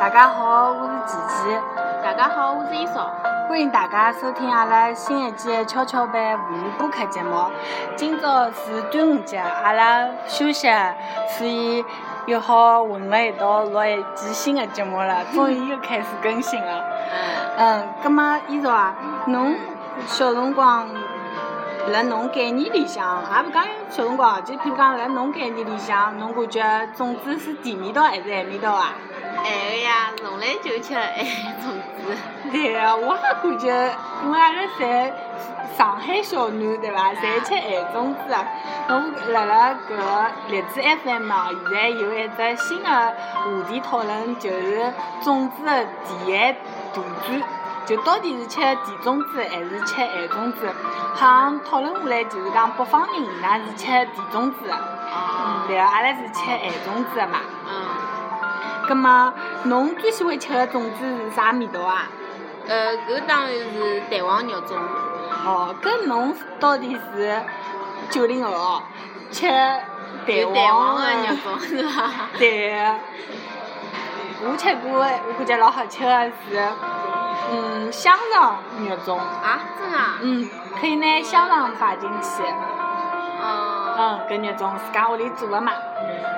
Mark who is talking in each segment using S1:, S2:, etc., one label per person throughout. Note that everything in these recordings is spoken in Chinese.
S1: 大家好，我是琪琪，
S2: 大家好，我是伊嫂。
S1: 欢迎大家收听阿拉新一季的跷跷板妇女播客节目。今朝是端午节，阿拉休息，所以又好混了一道录一期新的节目了，终于又开始更新了。
S2: 嗯，
S1: 嗯，葛么伊嫂啊，侬小辰光辣侬概念里向，也勿讲小辰光，就譬如讲辣侬概念里向，侬感觉粽子是甜味道还是咸味道啊？
S2: 哎个呀，从来就吃哎 粽子。
S1: 对啊，我也感觉，因为阿拉侪上海小囡对伐，侪吃咸粽子啊。我辣辣搿个荔枝 FM 啊，现在有一只新的话题讨论，就是粽子的甜咸大战，就到底是吃甜粽子还是吃咸粽子？好像讨论下来就是讲北方人伊拉是吃甜粽子的，
S2: 哦
S1: 对，啊阿拉是吃咸粽子的嘛。
S2: 嗯，
S1: 葛末侬最喜欢吃的粽子是啥味道啊？
S2: 呃，搿当然是蛋黄肉粽。
S1: 哦，搿侬到底是九零后哦，吃
S2: 有
S1: 蛋
S2: 蛋
S1: 黄
S2: 黄的肉粽是 伐？
S1: 对，我吃过，我感觉老好吃的是，嗯，香肠肉粽，
S2: 啊，真啊？
S1: 嗯，可以拿香肠放进去，
S2: 哦。
S1: 嗯，搿肉粽自家屋里做的嘛。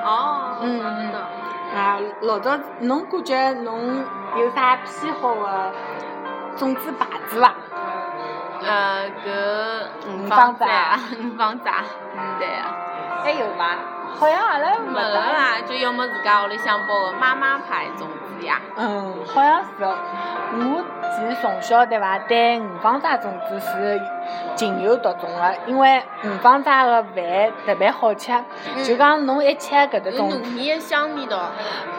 S2: 哦。
S1: 嗯
S2: 怪不得
S1: 啊，老早侬感觉侬有啥偏好的粽子牌子伐？
S2: 呃，搿嗯
S1: 五
S2: 五
S1: 芳
S2: 芳
S1: 斋
S2: 斋，五芳斋，对啊，
S1: 还有伐？好像阿拉
S2: 没
S1: 没
S2: 了
S1: 得。
S2: 啦，就要么自家屋里向包个妈妈牌粽子呀，
S1: 嗯，好像是哦。我其实从小对伐，对五芳斋粽子是情有独钟的，因为五芳斋的饭特别好吃，就讲侬一吃搿只
S2: 有糯
S1: 粽，
S2: 米的香味道，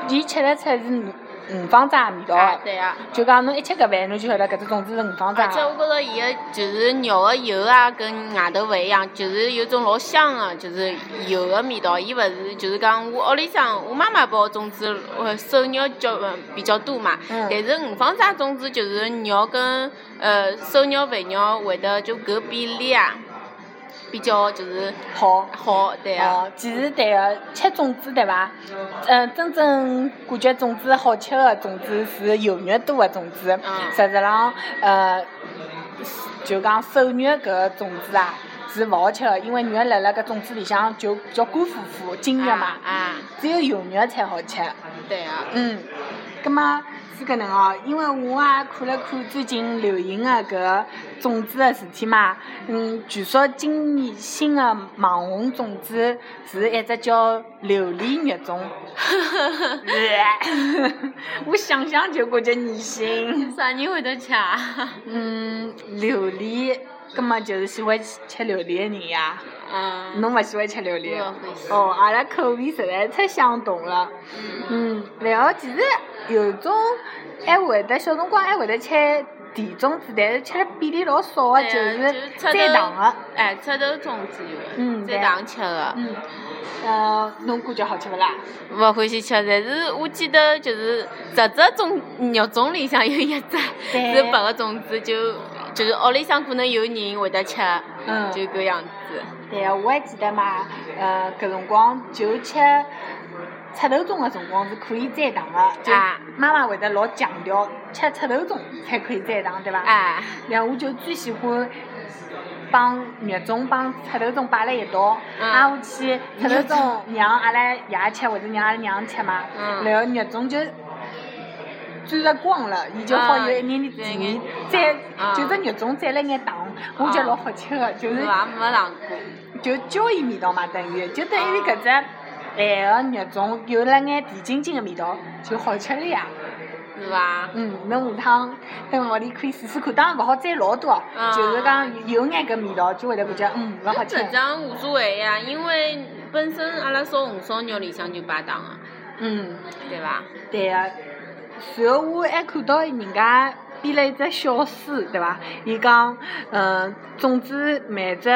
S1: 伊吃得出是五五芳斋的味道
S2: 啊
S1: 的。
S2: 对啊。
S1: 就讲侬一吃搿饭，侬就晓得搿只粽子是五芳斋
S2: 而且
S1: 的。
S2: 我觉着伊个就是肉个油啊，跟外头勿一样，就是有种老香个、就是油个味道。伊勿是就是讲我屋里向我妈妈包的粽子，呃，手肉较呃比较多嘛。
S1: 嗯
S2: 但是五芳斋粽子就是肉跟呃手肉饭肉会得就搿比例啊，比较就是
S1: 好。
S2: 好，对啊。
S1: 哦，其实对个，吃粽子对伐？嗯，真正感觉粽子好吃的粽子是油肉多的粽子。
S2: 嗯
S1: 实质上，呃，就讲手肉搿个粽子啊，是勿好吃的，因为肉辣辣搿粽子里向就比较干乎乎、筋肉嘛
S2: 啊，啊，
S1: 只有油肉才好吃。
S2: 对啊。
S1: 嗯，葛么是搿能哦，因为我也看了看最近流行的搿种子的事体嘛，嗯，据说今年新的网红种子是一只叫榴莲肉种， 我想想就感觉恶心。
S2: 啥人会得吃啊？
S1: 嗯，榴莲，葛么就是喜欢吃吃榴莲的人呀，
S2: 嗯，
S1: 侬勿喜欢吃榴莲？
S2: 我会喜。
S1: 哦，阿拉口味实在太相同了。
S2: 嗯
S1: 嗯，然后其实有种还会得小辰光哎还会得吃甜粽子，但是吃的比例老少的，
S2: 对啊
S1: 就是
S2: 就是吃
S1: 最
S2: 的
S1: 糖的。
S2: 哎，赤豆粽子有
S1: 嗯
S2: 的，在
S1: 对
S2: 糖吃的，
S1: 嗯，呃，侬感觉好吃不啦？
S2: 勿欢喜吃。但是我记得就是十只粽肉粽里向有 一只
S1: 对
S2: 是白个粽子，就就是屋里向可能有人会得吃，
S1: 嗯
S2: 就搿样子。
S1: 对啊，我还记得嘛，呃，搿辰光就吃赤豆粽的辰光是可以蘸糖的，就
S2: 啊
S1: 妈妈会得老强调吃赤豆粽才可以蘸糖，对伐？
S2: 哎，
S1: 然后我就最喜欢帮肉粽帮赤豆粽摆辣一道，
S2: 嗯
S1: 挨下去赤豆粽让阿拉爷吃或者让阿拉娘吃嘛，
S2: 嗯
S1: 然后肉粽就沾了光了，伊就好有一眼眼
S2: 嗯
S1: 甜味，
S2: 对
S1: 蘸
S2: 嗯
S1: 就只肉粽蘸了眼糖，我觉得
S2: 嗯
S1: 老好吃的，就
S2: 我也
S1: 是
S2: 没尝过。
S1: 就椒盐味道嘛，等于就等
S2: 嗯
S1: 于搿只哎咸的肉粽有了眼甜津津的味道，就好吃了呀。
S2: 是伐？
S1: 嗯，侬下趟等屋里可以试试看，当然勿好蘸老多哦，
S2: 嗯
S1: 就是讲有眼搿味道，就会得感觉嗯老好吃
S2: 实。际上无所谓呀，因为本身阿拉烧红烧肉里向就摆糖个，
S1: 嗯，
S2: 对伐？
S1: 对个、随后我还看到人家编了一只小书，对伐？伊讲，嗯，粽子每只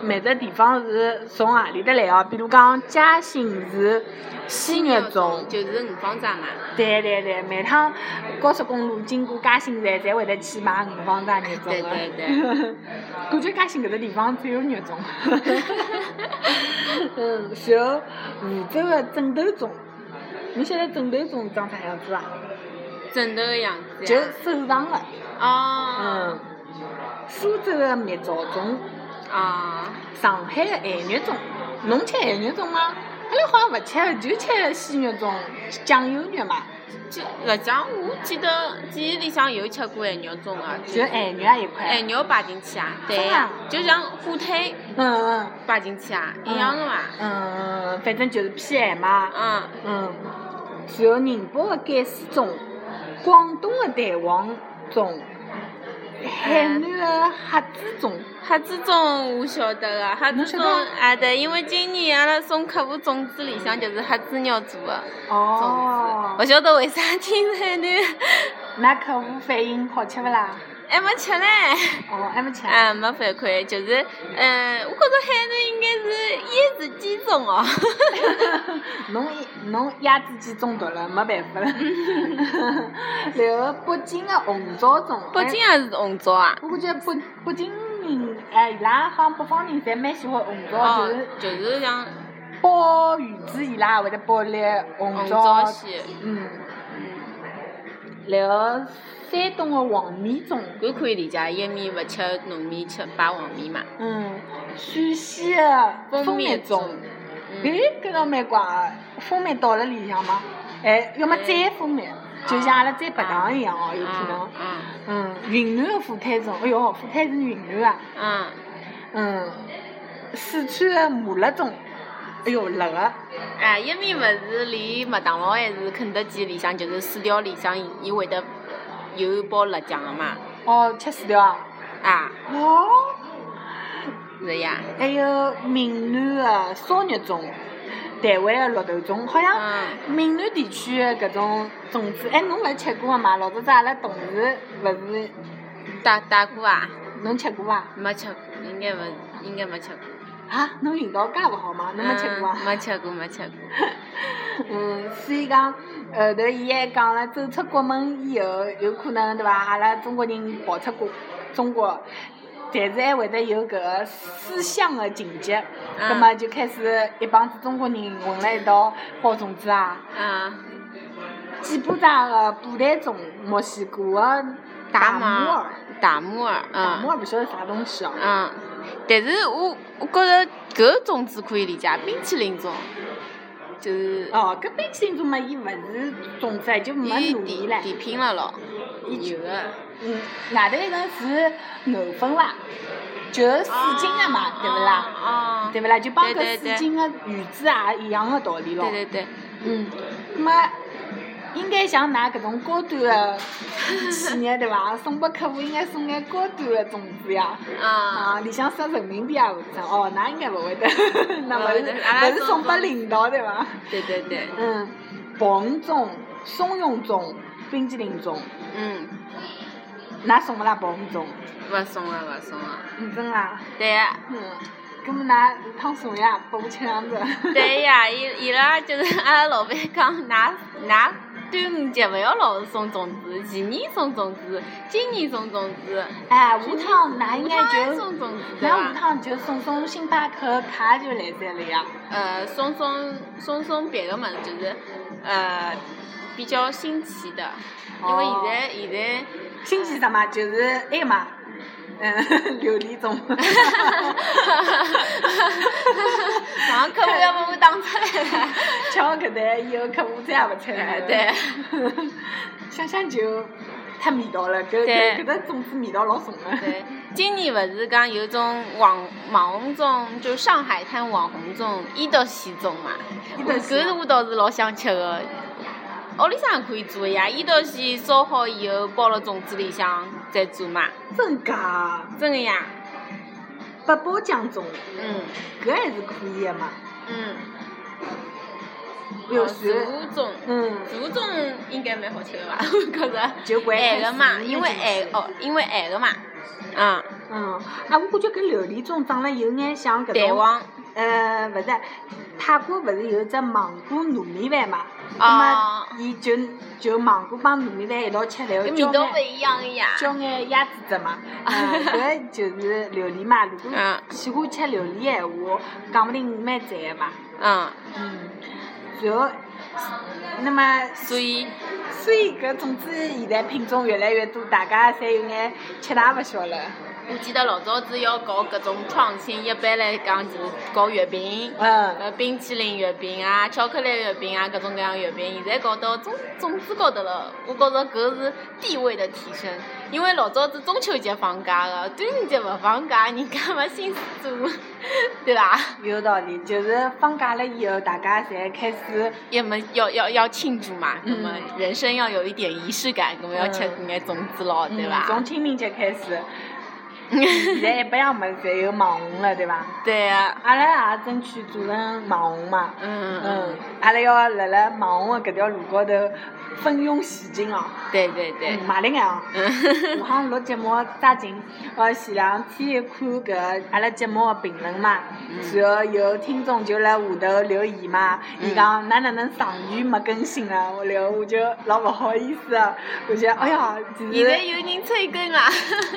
S1: 每只地方是从何里搭来哦？比如讲，嘉兴是西肉粽，
S2: 就是五芳斋嘛。
S1: 对对对，每趟高速公路经过嘉兴站，侪会得去买五芳斋肉粽
S2: 对
S1: 的
S2: 对 对。
S1: 感啊觉嘉兴搿个地方只有肉 粽。哦嗯，然后湖州的枕头粽，你晓得枕头粽长啥样子伐？
S2: 枕头个样子
S1: 就
S2: 呀。
S1: 手上的，
S2: 哦
S1: 嗯。，苏州的蜜枣粽，
S2: 啊。
S1: 上海的咸肉粽，侬吃咸肉粽吗？阿拉好像勿吃，就吃鲜肉粽、酱油肉嘛，
S2: 就实际上，我记得记忆里向有吃过咸肉粽啊，
S1: 就咸肉啊一块。
S2: 咸肉摆进去啊，对
S1: 真的啊，
S2: 就像火腿
S1: 嗯
S2: 摆进去啊，
S1: 嗯
S2: 一样的嘛。
S1: 嗯嗯，反正就是偏咸嘛。
S2: 嗯，
S1: 嗯，然后宁波的干丝粽，广东的蛋黄粽，海南的黑子粽，
S2: 黑子粽我晓得个，黑
S1: 侬
S2: 子
S1: 晓
S2: 粽
S1: 得啊
S2: 啊对，因为今年阿拉送客户粽子里向就是黑子肉做的粽子，
S1: 粽
S2: 勿
S1: 子，
S2: 晓得为啥体海南
S1: 哦那客户反应好吃不啦？
S2: 还哎没吃嘞。
S1: 哦，还没吃啊。
S2: 啊，没反馈，就是，嗯，我觉着海南应该是椰子鸡枞哦。
S1: 侬一侬鸭子鸡中毒了，没办法了。 然后北京的红枣粽，
S2: 北京也是红枣啊
S1: 哎，。我觉得北北京人哎，伊拉好像北方人侪蛮喜欢红枣，
S2: 哦
S1: 就是，
S2: 就是像
S1: 包鱼子伊拉也会得包粒红
S2: 红
S1: 枣
S2: 枣，馅，
S1: 嗯，
S2: 嗯，
S1: 然后山东的黄米粽，
S2: 搿可以理解，伊面勿吃糯米，吃摆黄米嘛。
S1: 嗯，陕西的蜂蜜粽，
S2: 嗯，
S1: 哎，搿个蛮怪个，蜂蜜倒辣里向嘛，哎，要么
S2: 对
S1: 摘蜂蜜，就像阿拉摘白糖一样哦，有可能。
S2: 嗯
S1: 嗯，云南的火腿粽，哎哟，火腿是云南啊。
S2: 嗯，
S1: 嗯，四川的麻辣粽，哎哟，辣个。
S2: 哎，伊面勿是连麦当劳还是肯德基里向，就是薯条里向，伊会得有包辣酱个嘛。
S1: 哦，吃薯条啊。
S2: 啊，
S1: 哦。
S2: 是呀。
S1: 还有闽南的烧肉粽，台湾的绿豆粽，好像
S2: 嗯
S1: 闽南地区的搿种粽子，哎，侬勿是吃过个嘛？老早子阿拉同事勿是，
S2: 打打过啊？
S1: 侬吃过伐？
S2: 没吃过，应该勿，应该没吃过。
S1: 啊，侬运道介勿好嘛？侬没吃过啊？
S2: 嗯没吃过，没吃过。
S1: 嗯，所以讲，后头伊还讲了，走出国门以后，有可能对伐？阿拉中国人跑出国中国，但是还会得有搿个思乡的情节，
S2: 嗯
S1: 葛末就开始一帮子中国人混辣一道包粽子啊，
S2: 嗯，
S1: 柬埔寨的布袋粽，墨西哥的
S2: 达
S1: 木耳，，
S2: 达木耳，
S1: 达
S2: 嗯
S1: 木。耳勿晓得啥东西哦、
S2: 嗯，但是我我觉着搿种子可以理解，冰淇淋种，就是
S1: 哦，搿冰淇淋粽嘛，伊勿是粽子，就没
S2: 伊
S1: 糯米
S2: 甜
S1: 唻。
S2: 甜品了咯，
S1: 伊
S2: 有个，
S1: 嗯，外头一层是藕粉伐？就是水晶的嘛，对勿啦？
S2: 啊，
S1: 对勿啦？就帮
S2: 对对
S1: 搿水晶的原子也一样的道理咯
S2: 对。对对，
S1: 嗯，那么应该像㑚搿种高端的企业对伐？送拨客户应该送眼高端的粽子呀。
S2: 啊，
S1: 啊，里向塞人民币也勿值哦，㑚应该勿 会得，那勿
S2: 勿会
S1: 是
S2: 得阿拉
S1: 勿是
S2: 送
S1: 送拨
S2: 送
S1: 领导对伐？
S2: 对对对，
S1: 嗯，鲍鱼粽、松茸粽、冰激凌粽，
S2: 嗯，
S1: 㑚送勿啦鲍鱼粽？
S2: 勿送了勿送了，
S1: 嗯，真啦。
S2: 对呀。
S1: 嗯，搿么㑚有趟送呀，拨我吃两只。
S2: 对呀，伊伊拉就是阿拉老板讲，㑚㑚端午节勿要老是送粽子，前年送粽子，今年送粽子，
S1: 哎，下趟㑚应
S2: 下
S1: 该就，啊
S2: 趟还送粽子对
S1: 㑚
S2: 伐
S1: 下？趟就送送星巴克卡就来啊塞了呀。
S2: 呃，送送送送别个么子，就是呃比较新奇的，因为
S1: 哦
S2: 现在现在
S1: 星期什么？就是埃嘛，嗯， 榴莲 粽。
S2: 马 上客户要把我打出来了，
S1: 吃好搿台以后，客户再也勿吃
S2: 哎
S1: 了。
S2: 对。
S1: 想想就太味道了，搿
S2: 对
S1: 搿搿只粽子味道老重的。
S2: 对，今年勿是讲有种网网红粽，就上海滩网红粽、伊德西粽嘛，
S1: 伊德
S2: 搿
S1: 西啊
S2: 是我倒是老想吃个。屋里向也可以做呀，伊德西烧好以后包了粽子里向再做嘛，
S1: 真假？
S2: 真个呀，
S1: 八宝酱粽，
S2: 嗯
S1: 搿还是可以的嘛。
S2: 嗯。
S1: 有
S2: 哦
S1: 时，
S2: 茶粽，
S1: 嗯，
S2: 茶粽应该蛮好吃 的吧？我觉着。
S1: 就掼
S2: 咸个嘛，因为
S1: 咸
S2: 咸哦，因为咸个嘛，嗯，
S1: 嗯，啊，我感觉搿榴莲粽长了有眼像搿
S2: 蛋
S1: 种，
S2: 黄，
S1: 呃，勿是，泰国勿是有只芒果糯米饭嘛？
S2: 哦
S1: 那么，伊就就芒果帮糯米饭一道吃，然后
S2: 搿
S1: 浇
S2: 味道勿
S1: 眼
S2: 一样个呀。
S1: 浇眼鸭子汁嘛。
S2: 啊
S1: 嗯，搿就是榴莲嘛。如果
S2: 嗯
S1: 喜欢吃榴莲的闲话，讲勿定蛮赞的嘛。
S2: 嗯，
S1: 嗯，然后，那么
S2: 所以
S1: 所以搿种子现在品种越来越多，大家侪有眼吃大勿消了。
S2: 我记得老早子要搞搿种创新，一般来讲就是搞月饼，
S1: 嗯，
S2: 呃，冰淇淋月饼啊、巧克力月饼啊，各种各样月饼，现在搞到种种子高头了。我觉着搿是地位的提升，因为老早子中秋节放假个，端午节勿放假，人家没心思做， 对伐？
S1: 有道理，就是放假了以后，大家侪开始
S2: 要么要要要庆祝嘛，那
S1: 嗯
S2: 么人生要有一点仪式感，那么要吃
S1: 嗯
S2: 眼种子咯，哦对
S1: 嗯
S2: 伐
S1: 从？清明节开 始，现在一百样物事侪有网红了，对伐？
S2: 对啊，
S1: 阿拉也争取做成网红嘛。
S2: 嗯
S1: 嗯
S2: 嗯，，
S1: 阿拉要辣辣网红的搿条路高头奋勇前进哦，
S2: 对对对，
S1: 卖力眼哦。
S2: 嗯
S1: 下趟录节目抓紧，呃，前两天看搿阿拉节目的评论嘛，
S2: 嗯
S1: 然后有听众就辣下头留言嘛，伊
S2: 嗯
S1: 讲哪能能上月没更新啊？我然后我就老勿好意思啊，我觉得哎呀，其
S2: 现在
S1: 实
S2: 有人催更啊啦。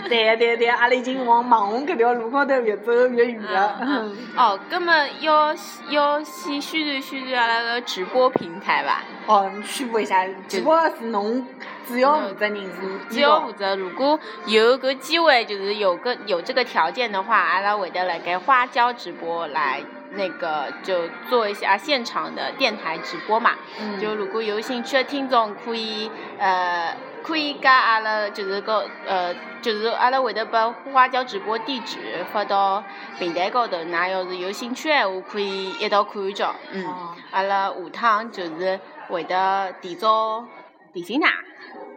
S1: 对个对个对个，阿拉已经往网红搿条路高头越走越远了。
S2: 嗯
S1: 嗯
S2: 哦，葛么要要先宣传宣传阿拉个直播平台伐？
S1: 哦，你宣布一下，直播是侬主要负责人是
S2: 只
S1: 伊
S2: 嗯要
S1: 哦
S2: 负。责，如果有搿机会，就是有个有这个条件的话，阿拉会得辣盖花椒直播来那个就做一下现场的电台直播嘛。
S1: 嗯
S2: 就如果有兴趣的听众可以呃。可以加阿拉就是个呃，就是阿拉会得把花椒直播地址发到平台高头，㑚要是有兴趣的闲话，可以一道看一瞧。嗯，
S1: 哦
S2: 阿拉下趟就是会得提早提醒㑚，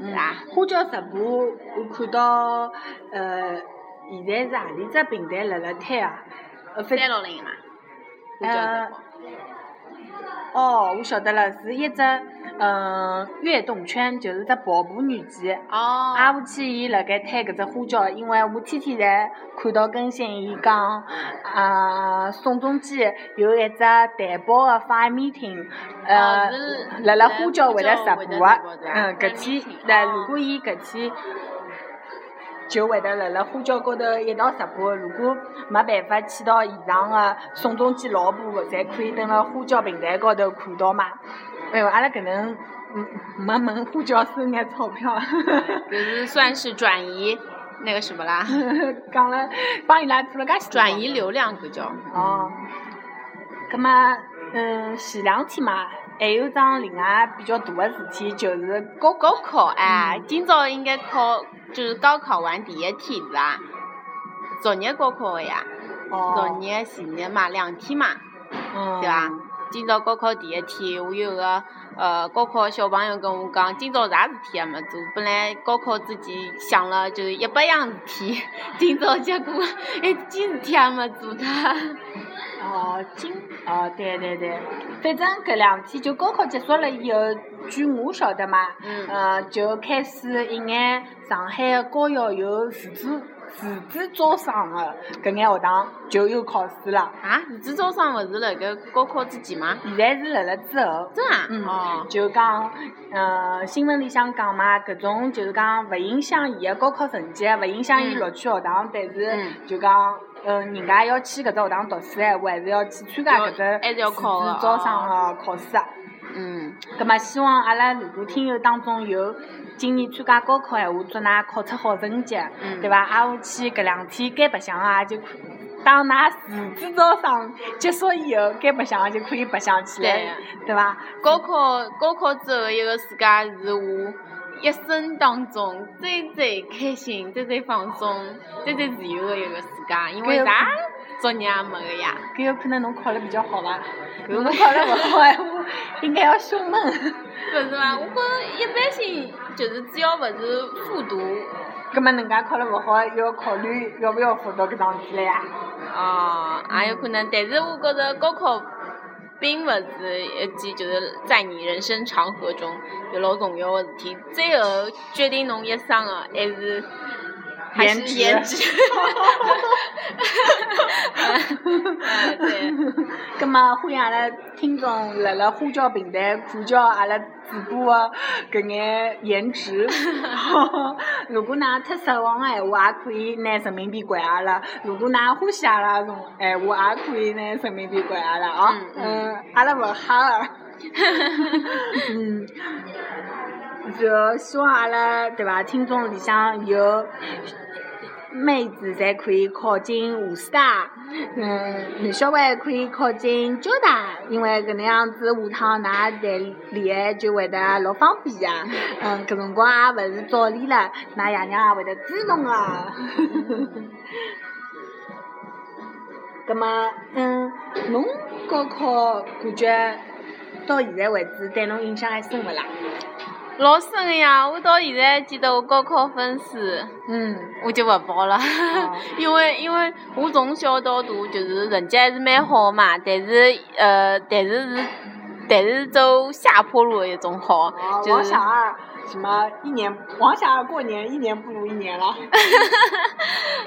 S1: 嗯
S2: 是伐？
S1: 花椒直播，我看到呃，现在是何里只平台辣辣推啊？呃，反
S2: 三六零嘛，花椒直
S1: 呃
S2: 播。，
S1: 哦，我晓得了，是一只嗯跃动圈，就是只跑步软件。
S2: 哦，
S1: 挨下去，伊辣盖推搿只花椒，因为我天天侪看到更新，伊讲，啊，宋仲基有一只蛋包个 fire meeting，呃
S2: 哦是，
S1: 辣辣花椒会得
S2: 辣花椒
S1: 直播
S2: 会得
S1: 个
S2: 直播对，吧
S1: 嗯，搿
S2: fire
S1: 天
S2: meeting，，
S1: 但
S2: 哦
S1: 如果伊搿天就会得辣辣花椒高头一道直播。如果没办法去到现场个宋仲基老婆，侪可以登辣花椒平台高头看到嘛。哎哟，阿拉搿能嗯没问花椒收眼钞票。
S2: 就是算是转移那个什么啦，
S1: 讲了，帮伊拉做了介许多
S2: 转移。流量搿叫。
S1: 哦，葛末，嗯，前两天嘛，还有桩另外比较大的事体，就是
S2: 高高考哎，
S1: 嗯
S2: 今朝应该考，就是高考完第一天是伐？啊昨日高考个呀，昨
S1: 哦，
S2: 日前日嘛，两天嘛，
S1: 嗯
S2: 对伐？今朝高考第一天，我有个呃高考的小朋友跟我讲，今朝啥事体也没做，本来高考之前想了就是一百样事体， 今朝结果哎一件事体也没做他。
S1: 哦，今哦，对对对，反正搿两天就高考结束了以后，据我晓得嘛，
S2: 嗯，
S1: 呃，就开始一眼上海的高校有自主自主招生的搿眼学堂就有考试了，
S2: 啊，自主招生勿是辣盖高考之前吗？
S1: 现在是辣辣之后。
S2: 真啊？
S1: 嗯
S2: 哦，
S1: 就讲，呃，新闻里向讲嘛，搿种就是讲呃勿影响伊个高考成绩，勿影响伊
S2: 嗯
S1: 录取学堂，但是
S2: 嗯
S1: 就讲，呃，人家要去搿只学堂读书闲话，还是要去参加
S2: 要
S1: 搿只
S2: 嗯还是要考
S1: 自
S2: 啊的
S1: 主招生个考试啊。
S2: 嗯。
S1: 葛末希望阿拉如果听友当中有今年参加高考闲话，祝㑚考出好成绩，
S2: 嗯
S1: 对伐？挨下去搿两天该白相啊就可。当㑚自主招生结束以后，该白相的就可以白相起
S2: 对啊
S1: 来
S2: 呀，
S1: 对伐？
S2: 高考高考之后的一个暑假是我一生当中最最开心、最最放松、最最自由的一个暑假，因为
S1: 搿
S2: 啥作业也没个呀。
S1: 搿有可能侬考了比较好伐？
S2: 搿
S1: 侬
S2: 个
S1: 考了勿好闲话，应该要胸闷。
S2: 不是嘛？我觉着一般性就是只要勿是复读，
S1: 葛末人家考了勿好，要考虑要勿要辅导搿桩事体了呀？
S2: 哦，也有可能。但是我觉着高考并勿是一件就是在你人生长河中就老重要的事体，最后决定侬一生的还是。还
S1: 颜
S2: 是
S1: 值
S2: 颜值， 嗯对，
S1: 葛末欢迎阿拉听众辣辣花椒平台看叫阿拉主播的搿眼颜值。 如果㑚太失望个闲话，也可以拿人民币还阿拉；如果㑚欢喜阿拉种闲话，也可以拿人民币还阿拉哦。
S2: 嗯嗯
S1: 啊 嗯，阿拉勿吓个。嗯，然后希望阿拉对伐，听众里向有妹子侪可以考进华师大，嗯，男小孩可以考进交大，因为搿能样子下趟㑚谈恋爱就会得老方便啊。嗯，搿辰光也勿是早恋了，㑚爷娘也会得支持啊侬个。 葛末，嗯，侬高考感觉到现在为止对侬影响还深勿啦？
S2: 老深个呀！我到现在记得我高考分数，
S1: 嗯，
S2: 我就勿报了， 因为因为我从小到大就是成绩还是蛮好嘛，但是呃，但是是但是走下坡路的一种好，
S1: 哦
S2: 就
S1: 王
S2: 是
S1: 小二什么一年，王小二过年一年不如一年 了。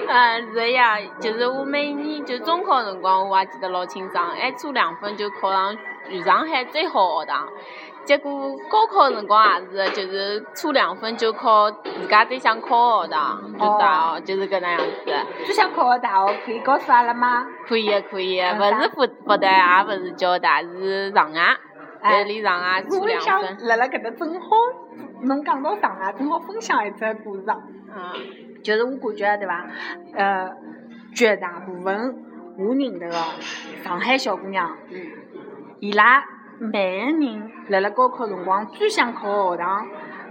S2: 啊是的呀，就是我每年就中考辰光，我也记得老清爽，还差两分就考上全上海最好学堂。结果高考辰光也是的，就是差两分就考自家最想考的学堂，就大学，就是搿能样子的。
S1: 最想考个大学可以告诉阿拉吗？
S2: 可以的，啊可以的，
S1: 嗯
S2: 勿是复复旦，也勿啊是交大，啊是上海，
S1: 哎
S2: 但离上海差
S1: 我
S2: 啊两
S1: 想
S2: 分。
S1: 辣辣搿搭正好，侬讲到上海，正好分享一只故事啊。
S2: 嗯，
S1: 就是我感觉对伐？呃，绝大部分我认得个上海小姑娘，
S2: 嗯，
S1: 伊拉每个人辣辣高考辰光最想考个学堂，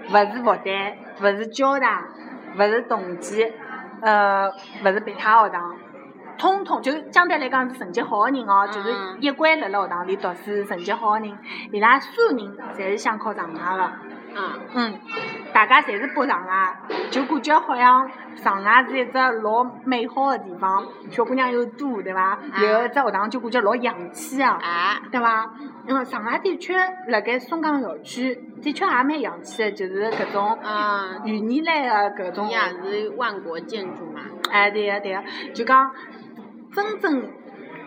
S1: 勿是复旦，勿是交大，勿是同济，呃，勿是别他学堂。通通就相对来讲是成绩好个人哦，就是
S2: 嗯
S1: 一贯辣辣学堂里读书成绩好个人，伊拉所有人侪是想考上海个。
S2: 嗯，
S1: 嗯，大家侪是北上海，就感觉好像上海是一只老美好的地方，小姑娘又多，对伐？然后一只学堂就感觉老洋气啊，
S2: 啊，
S1: 对伐？嗯，上海的确辣盖松江校区的确也蛮洋气的，就是搿种
S2: 嗯，
S1: 原泥类啊的搿种
S2: 伊也是万国建筑嘛。
S1: 哎，对个对个，就讲真正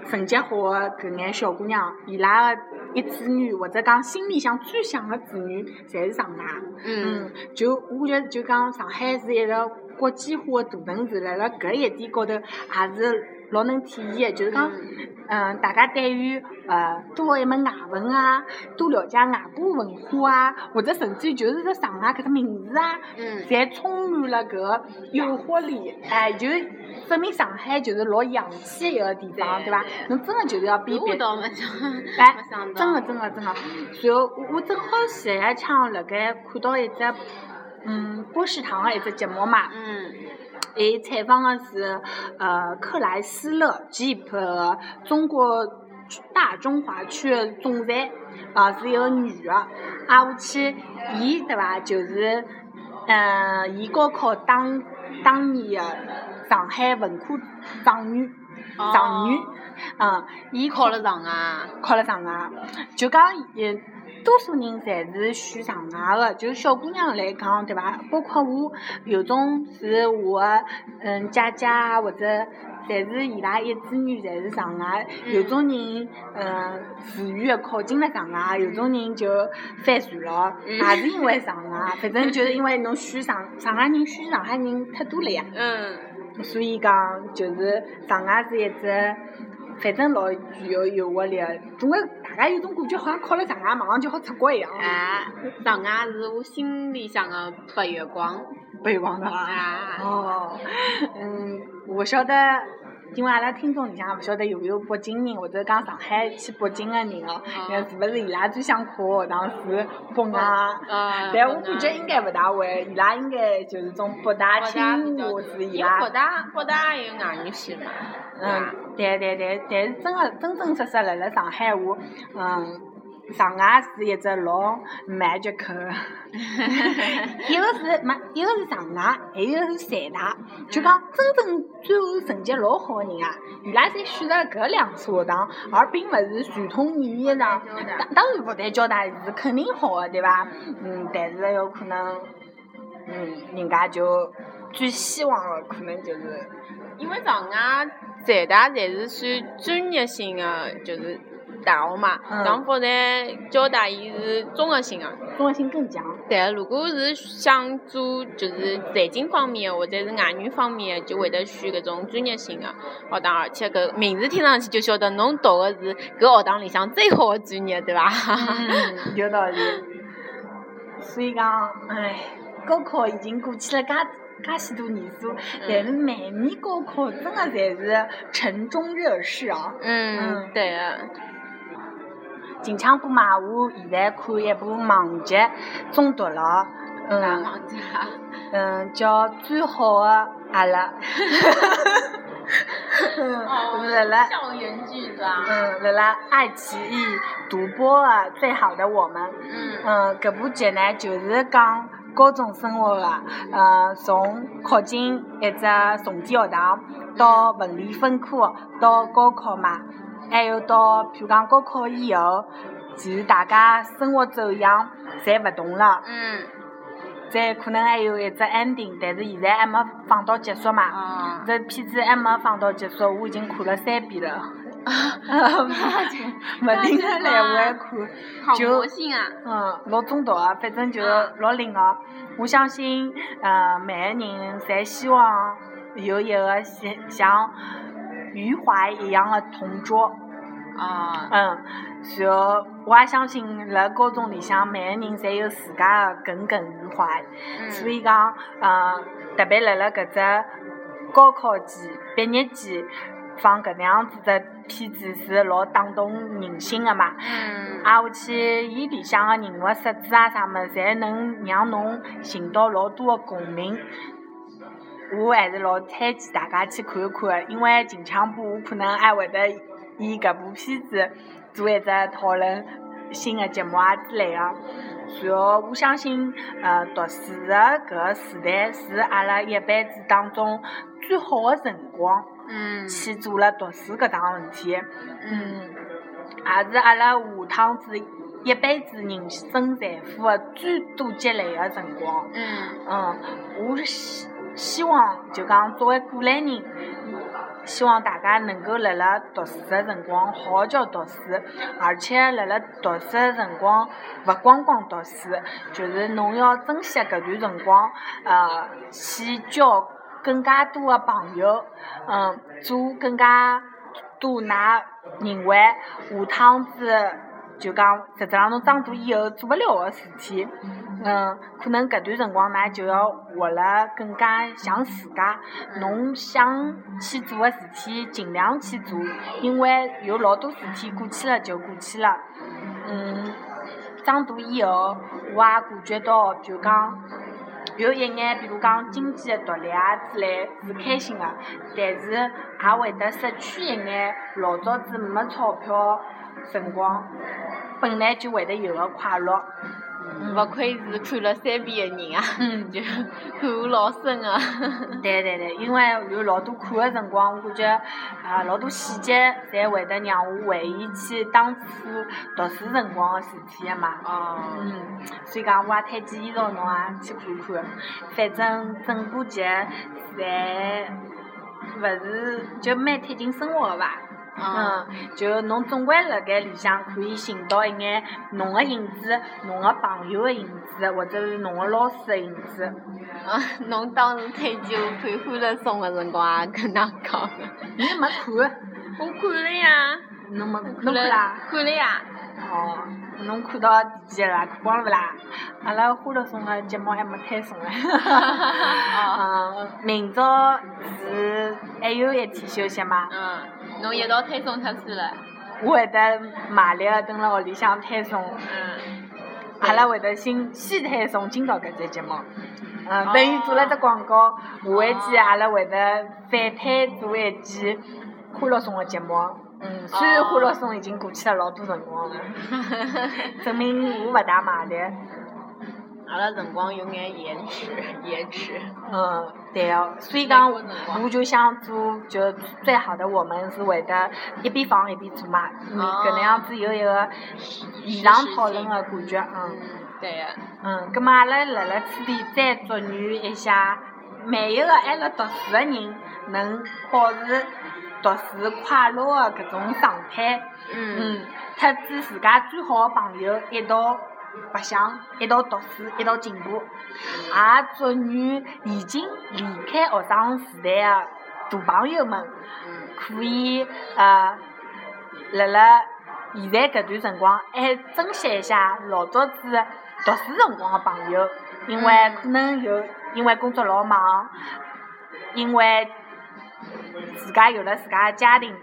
S1: 成绩好的搿眼小姑娘，伊拉个一子女或者讲心里向最想的子女，侪是上海。
S2: 嗯
S1: 嗯，就我觉得就讲上海是一个国际化的大城市，辣辣搿一点高头也是老能体现的，就是讲，
S2: 嗯
S1: 嗯，大家对于呃多一门外文啊，多了解外国文化啊，或者甚至于就是这上海搿只名字啊，
S2: 嗯，
S1: 侪充满了搿个诱惑力，哎，就证明上海就是老洋气一个地方，
S2: 对
S1: 对伐
S2: 对？
S1: 侬真的就是要比
S2: 我
S1: 别
S2: 倒没想，
S1: 哎
S2: 没
S1: 真
S2: 想到
S1: 个。真个真个，然后我我正好前一腔辣盖看到一只，嗯，波士堂个一只节目嘛，
S2: 嗯
S1: 伊采访个是呃克莱斯勒 Jeep 个中国大中华区个总裁，啊、是一个女个，啊我去，伊对伐就是，呃，伊高考当当年个上海文科状元，状元
S2: 哦，
S1: 嗯，伊
S2: 考了上啊，
S1: 考了上海，就讲也多数人侪是选上海的，就是小姑娘来讲，对伐？包括我，有种是我的嗯姐姐啊或者。侪是伊拉一子女，侪是上海。
S2: 嗯
S1: 有种人，嗯，自愿的考进了上海；有种人就翻船了，
S2: 嗯
S1: 也是因为上海。反正就是因为侬选上上海人，选上海人太多了呀。
S2: 嗯
S1: 所以讲，就是上海是一只，反正老有诱惑力的，总归大家有种感觉，好像考了上海马上就好出国一样。
S2: 啊，上海是我心里向的白月光
S1: 被忘了啊！
S2: 啊。
S1: 哦，嗯，我晓得，因为阿拉听众里向也勿晓得有没有北京人或者讲上海去北京的人哦，
S2: 啊
S1: 那是勿是伊拉最想考的学堂是北外？
S2: 呃，
S1: 但我感觉应该勿大会，伊拉应该就是种北大、
S2: 北
S1: 清
S2: 大比较
S1: 华
S2: 多，
S1: 是伊
S2: 因
S1: 拉。
S2: 为北大北大也有外语系嘛。
S1: 嗯，对对对，但是真个真真实实辣辣上海话，嗯，上海是一只老 magic 的一个是没，一个是上海，还有一个是财大，就讲真正最后成绩老好个人啊，伊拉侪选择搿两所学堂，而并勿是传统意义上，
S2: 交大
S1: 当当然复旦交大是肯定好个，对伐？嗯，但是有可能，嗯，人家就最希望个可能就是。
S2: 因为啊上海财大侪是算专业性的，就是大学嘛。
S1: 嗯
S2: 像复旦、交大，伊是综合性的。
S1: 综合性更强，
S2: 但如果是想做就是财经方面的或者是外语方面的，就会得选搿种专业性的学堂，而且搿名字听上去就晓得侬读的
S1: 嗯
S2: 是搿学堂里向最好的专业，对伐？
S1: 有道理。所以讲，唉，高考已经过去了介介许多年数，但是每年高考真的侪是城中热事哦。
S2: 嗯，对个。
S1: 近腔部嘛，我现在看一部网剧，中毒了，
S2: 哪
S1: 嗯
S2: 忘记啊？
S1: 嗯，叫《最好的阿拉》。
S2: 哦
S1: 嗯，辣辣
S2: 校园剧是吧？
S1: 嗯，辣辣爱奇艺独播的《最好的我们》。
S2: 嗯
S1: 嗯，搿部剧呢，就是讲高中生活个，呃，从考进一只重点学堂，到文理分科，到高考嘛，还有到譬如讲高考以后，其实大家生活走向侪勿同了，
S2: 嗯。
S1: 再可能还有一只 ending，但是现在还没放到结束嘛。
S2: 啊。
S1: 这片子还没放到结束，我已经看了三遍了。勿停个来回看。
S2: 好
S1: 就
S2: 魔性啊！
S1: 嗯，老中毒啊，反正就是老灵啊。我相信，呃，每个人侪希望有一个像像余淮一样的同桌。
S2: 啊。
S1: 嗯，然后我也相信，辣高中里向每个人侪有自家的耿耿于怀。
S2: 嗯
S1: 所以讲，呃，特别辣辣搿只高考季、毕业季放搿能样子的片子是老打动人心的嘛。
S2: 嗯。
S1: 挨下啊去，伊里向个人物设置啊啥物事，侪能让侬寻到老多个共鸣。我还是老推荐大家去看一看的，因为近腔部我可能还会得以搿部片子做一只讨论新的节目啊之类个。然后我相信，呃，读书的搿个时代是阿拉一辈子当中最好的辰光，
S2: 嗯。
S1: 去做了读书搿桩事体。
S2: 嗯。
S1: 嗯，也是阿拉下趟子一辈子人生财富的最多积累的辰光。
S2: 嗯。
S1: 嗯，我希希望就讲作为过来人，希望大家能够辣辣读书的辰光好好叫读书，而且辣辣读书的辰光勿光光读书，就是侬要珍惜搿段辰光，呃，去交更加多的朋友，嗯，做更加多㑚认为下趟子就讲实际上侬长大以后做勿了的事体。嗯，可能搿段辰光㑚就要活了更加像自家，侬想去做个事体尽量去做，因为有老多事体过去了就过去了。嗯，长大以后，我也感觉到，比如讲，有一眼，比如讲经济的独立啊之类是开心的、但是也会得失去一眼老早子没钞票辰光本来就会得有的快乐。嗯
S2: 勿愧是看了三遍的人啊，
S1: 嗯
S2: 就看老深啊。
S1: 对对对，因为有老多看的辰光，我感觉啊老多细节侪会得让我回忆起当初读书辰光的事体的嘛。
S2: 哦。
S1: 嗯，所以讲我也推荐伊朝侬也去看看，反正整部剧侪勿是就蛮贴近生活个伐？
S2: 嗯。
S1: 嗯，就侬总归辣盖里向可以寻到一眼侬个影子，侬个朋友个影子，或者是侬个老师个影子。
S2: 啊，侬当时推荐我看《欢乐颂》的辰光也跟㑚讲的。
S1: 你没看，
S2: 我看了呀。
S1: 侬没侬看啦？？
S2: 看了 呀。
S1: 哦，侬看到第几集啦？看光了勿啦？阿拉欢乐颂个节目还没开 送嘞。
S2: 啊
S1: 嗯，明朝是还有一天休息嘛，
S2: 嗯，侬一道推送出去了。
S1: 我会得卖力个蹲辣屋里向推送，
S2: 嗯。
S1: 阿拉会得先先推送今朝搿只节目。嗯，
S2: 哦
S1: 等于做了只广告，下一季阿拉会得反推做一季欢乐颂个节目。嗯，虽然
S2: 哦
S1: 欢乐颂已经过去了老多辰光 了，证明我勿大卖力。
S2: 阿拉辰光有眼延迟，延迟。
S1: 嗯，对哦，所以讲
S2: 美国辰光
S1: 我就想做，就最好的我们是会得一边放一边做嘛，嗯，
S2: 哦
S1: 搿能样子有一个现场讨论的感觉，
S2: 嗯
S1: 嗯，
S2: 对呀、
S1: 嗯，葛末阿拉辣辣此地再祝愿一下每一个还辣读书的人能保持读书快乐的搿种状态，
S2: 嗯，
S1: 嗯，特指自家最好的朋友一道白相，一道读书，一道进步，也祝愿已经离开学生时代的大朋友们
S2: 嗯
S1: 可以呃，辣辣现在搿段辰光还珍惜一下老早子读书辰光个朋友，因为
S2: 嗯
S1: 可能有因为工作老忙，因为自家有了自家个家庭，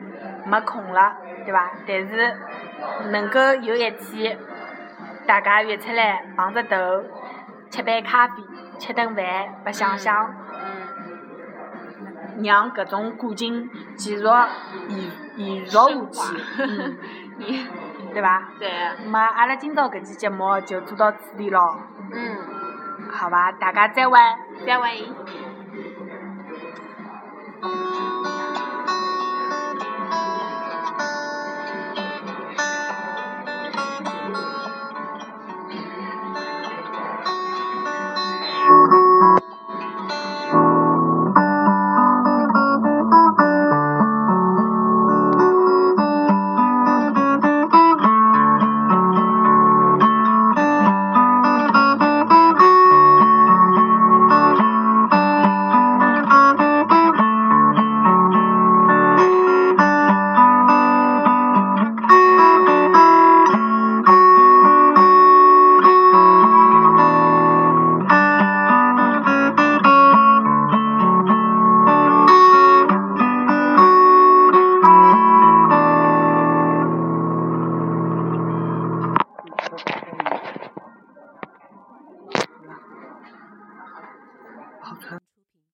S1: 没空了，对伐？但是能够有一天，大家约出来碰着头，吃杯咖啡，吃顿饭，白相相。
S2: 嗯
S1: 让搿种感情继续延延续下去
S2: 升华，
S1: 嗯，
S2: 你
S1: 对伐？
S2: 对，
S1: 咁啊，阿拉今朝搿期节目就做到此地咯，
S2: 嗯，
S1: 好伐？大家再会。
S2: 再会。
S1: 好看。